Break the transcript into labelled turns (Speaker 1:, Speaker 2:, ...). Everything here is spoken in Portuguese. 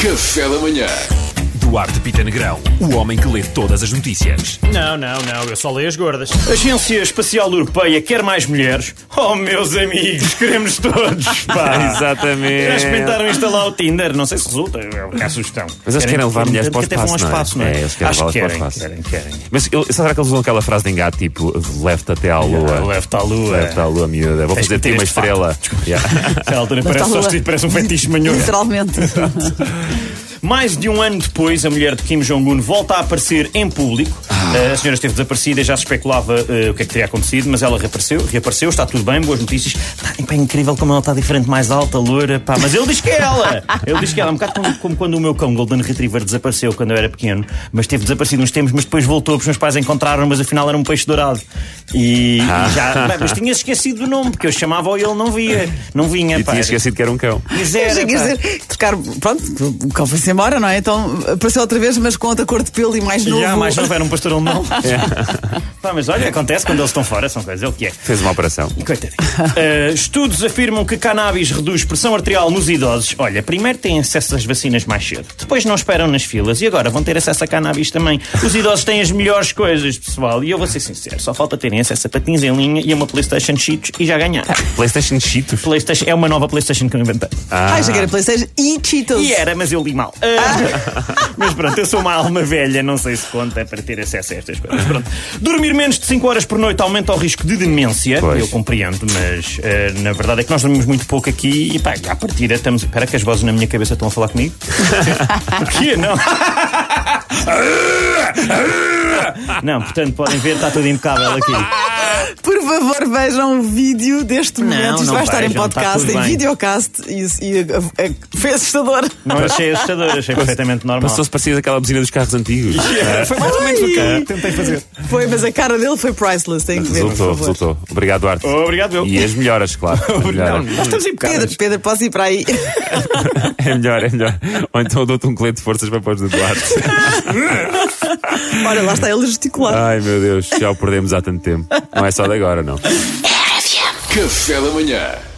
Speaker 1: Café da Manhã.
Speaker 2: Duarte Pita Negrão, o homem que lê todas as notícias.
Speaker 3: Não, não, não, eu só leio as gordas. Agência Espacial Europeia quer mais mulheres? Oh, meus amigos, queremos todos, pá. Já
Speaker 4: Exatamente.
Speaker 3: experimentaram instalar o Tinder? Não sei se resulta, é uma sugestão.
Speaker 4: Mas eles querem levar mulheres
Speaker 3: tanto que
Speaker 4: para o
Speaker 3: até vão ao
Speaker 4: espaço,
Speaker 3: espaço,
Speaker 4: não
Speaker 3: não
Speaker 4: é?
Speaker 3: é?
Speaker 4: É, eles querem
Speaker 3: Acho que
Speaker 4: levá-las
Speaker 3: querem,
Speaker 4: para o
Speaker 3: querem, querem.
Speaker 4: Mas ele- será que eles usam aquela frase de engate tipo leva-te até à lua?
Speaker 3: Leve-te à lua.
Speaker 4: Leva-te à lua, miúda. Vou
Speaker 3: Tens
Speaker 4: fazer
Speaker 3: que
Speaker 4: de ti
Speaker 3: ter
Speaker 4: uma
Speaker 3: este fato.
Speaker 4: estrela. Yeah.
Speaker 3: A altura parece,
Speaker 5: Lua.
Speaker 3: só- parece um fetiche manhoso.
Speaker 5: Literalmente.
Speaker 3: Mais de um ano depois, a mulher de Kim Jong-un volta a aparecer em público.
Speaker 4: Ah.
Speaker 3: Eh, A senhora esteve desaparecida e já se especulava eh, o que é que teria acontecido, mas ela reapareceu, reapareceu, está tudo bem, boas notícias. Pá, pá, é incrível como ela está diferente, mais alta, loira, pá. Mas ele diz que é ela! Ele diz que é ela. É um bocado como, como quando o meu cão Golden Retriever desapareceu quando eu era pequeno, mas teve desaparecido uns tempos, mas depois voltou, porque os meus pais encontraram, mas afinal era um peixe dourado. E,
Speaker 4: Ah.
Speaker 3: e já. Bem, mas tinha esquecido do nome, porque eu chamava e ele não via. Não vinha,
Speaker 4: E
Speaker 3: É, pá.
Speaker 4: tinha esquecido que era um cão.
Speaker 3: Mas era,
Speaker 5: Quer
Speaker 3: pá.
Speaker 5: dizer, trocar, pronto, o cão foi-se embora, não é? Então apareceu outra vez, mas com outra cor de pelo e mais novo.
Speaker 3: Já, mais novo era um pastor alemão. É. Pá, mas olha, acontece quando eles estão fora, são coisas, é o que é.
Speaker 4: Fez uma operação.
Speaker 3: Coitadinho. Ah, estudos afirmam que cannabis reduz pressão arterial nos idosos. Olha, primeiro têm acesso às vacinas mais cedo, depois não esperam nas filas e agora vão ter acesso a cannabis também. Os idosos têm as melhores coisas, pessoal. E eu vou ser sincero, só falta terem acesso a patins em linha e a uma PlayStation Cheats e já ganhar.
Speaker 4: Playstation Cheetos.
Speaker 3: PlayStation é uma nova PlayStation que eu inventei.
Speaker 5: Ah, já que era Playstation e Cheetos.
Speaker 3: E é. era, mas eu li mal. Ah, mas pronto, eu sou uma alma velha, não sei se conta para ter acesso a estas coisas. Pronto. Dormir menos de 5 horas por noite aumenta o risco de demência.
Speaker 4: Pois.
Speaker 3: Eu compreendo, mas ah, na verdade é que nós dormimos muito pouco aqui e pá, à partida estamos. Espera que as vozes na minha cabeça estão a falar comigo. o quê? Não. não, portanto, podem ver, está tudo impecável aqui.
Speaker 5: Por favor, vejam o vídeo deste momento. Isto
Speaker 3: não
Speaker 5: vai estar em
Speaker 3: vejam,
Speaker 5: podcast,
Speaker 3: está tudo
Speaker 5: em
Speaker 3: bem.
Speaker 5: videocast e, e é- é- foi assustador.
Speaker 3: Não achei assustador, achei perfeitamente normal.
Speaker 4: Passou-se parecido aquela buzina dos carros antigos.
Speaker 3: Foi mais ou menos o que eu
Speaker 5: Ai.
Speaker 3: tentei fazer.
Speaker 5: Foi, mas a cara dele foi priceless, tem que ver. por
Speaker 4: Resultou,
Speaker 5: favor.
Speaker 4: resultou. Obrigado, Duarte.
Speaker 3: Obrigado, eu.
Speaker 4: E as melhoras, claro. É
Speaker 3: Não,
Speaker 4: Melhora.
Speaker 3: nós estamos impecáveis.
Speaker 5: Pedro, Pedro, posso ir para aí?
Speaker 4: É melhor, é melhor. Ou então dou-te um colete de forças para pôr do Duarte.
Speaker 5: Olha, lá está ele gesticulado.
Speaker 4: Ai meu Deus, já o perdemos há tanto tempo. Não é só de agora, não.
Speaker 1: Café da Manhã.